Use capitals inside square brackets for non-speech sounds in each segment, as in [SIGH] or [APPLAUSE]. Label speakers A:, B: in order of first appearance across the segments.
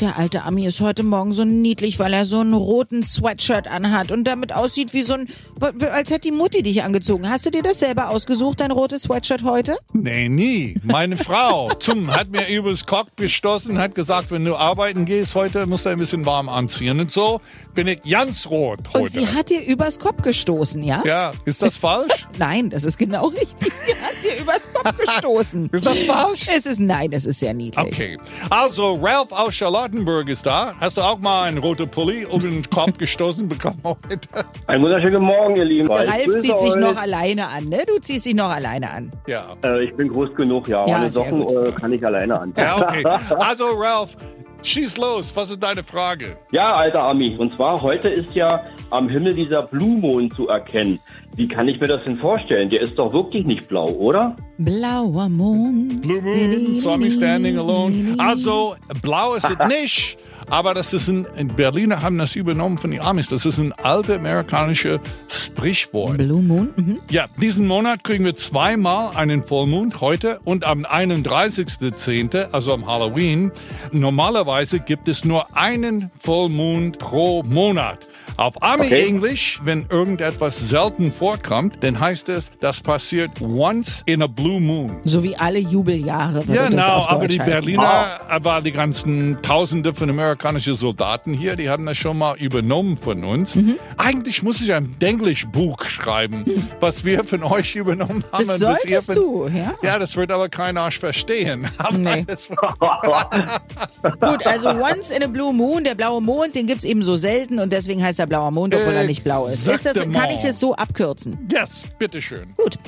A: Der alte Ami ist heute Morgen so niedlich, weil er so einen roten Sweatshirt anhat und damit aussieht wie so ein, als hätte die Mutti dich angezogen. Hast du dir das selber ausgesucht, dein rotes Sweatshirt heute?
B: Nee, nie. Meine Frau zum, hat mir übelst Kock gestoßen, hat gesagt, wenn du arbeiten gehst heute, musst du ein bisschen warm anziehen. Und so bin ich ganz rot heute.
A: Und sie hat dir übers Kopf gestoßen, ja?
B: ja, ist das
A: [LAUGHS]
B: falsch?
A: Nein, das ist genau richtig. Sie hat dir übers
B: [LAUGHS]
A: Kopf gestoßen.
B: Ist das falsch?
A: Es ist, nein, es ist sehr niedlich.
B: Okay. Also, Ralph aus Charlottenburg ist da. Hast du auch mal einen roten Pulli um den Kopf gestoßen bekommen [LAUGHS] heute?
C: Einen wunderschönen Morgen, ihr Lieben.
A: Der Ralf
C: Grüße
A: zieht sich
C: euch.
A: noch alleine an, ne? Du ziehst dich noch alleine an.
B: Ja.
C: Äh, ich bin groß genug, ja.
A: Ja,
C: Alle
A: sehr
C: Socken
A: gut.
C: äh, kann ich alleine an.
B: Ja, okay. Also, Ralph, schieß los. Was ist deine Frage?
C: Ja, alter Ami. Und zwar heute ist ja am Himmel dieser Blue Moon zu erkennen. Wie kann ich mir das denn vorstellen? Der ist doch wirklich nicht blau, oder? [LAUGHS]
A: Blauer Mond.
B: Blue Moon, Swami Standing Alone. Also, blau ist es nicht, aber das ist ein, in Berliner haben das übernommen von den Amis. Das ist ein alter amerikanischer Sprichwort.
A: Blue Moon? Mhm.
B: Ja, diesen Monat kriegen wir zweimal einen Vollmond, heute und am 31.10., also am Halloween. Normalerweise gibt es nur einen Vollmond pro Monat. Auf Army
C: Okay.
B: English, wenn irgendetwas selten vorkommt, dann heißt es, das passiert once in a blue moon.
A: So wie alle Jubeljahre. würde
B: Ja,
A: das
B: genau,
A: auf
B: aber die
A: Deutsch heißen. Ah.
B: Berliner, aber die ganzen Tausende von amerikanischen Soldaten hier, die haben das schon mal übernommen von uns.
A: Mhm.
B: Eigentlich muss ich ein Denglisch-Buch schreiben, was wir von euch übernommen haben.
A: Das
B: und was ihr
A: solltest
B: von-
A: du, ja.
B: Ja, das wird aber kein Arsch verstehen. [LAUGHS] Aber
A: Nee.
B: das,
A: Gut, also Once in a Blue Moon, der blaue Mond, den gibt's eben so selten und deswegen heißt er blauer Mond, obwohl er nicht blau ist. ist das, kann ich es so abkürzen?
B: yes, bitteschön.
A: Gut.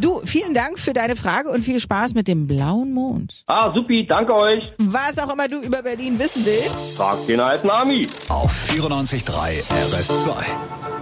A: Du, vielen Dank für deine Frage und viel Spaß mit dem blauen Mond.
C: Ah, supi, danke euch.
A: Was auch immer du über Berlin wissen willst.
C: Frag den alten Ami.
D: Auf 94.3 RS2.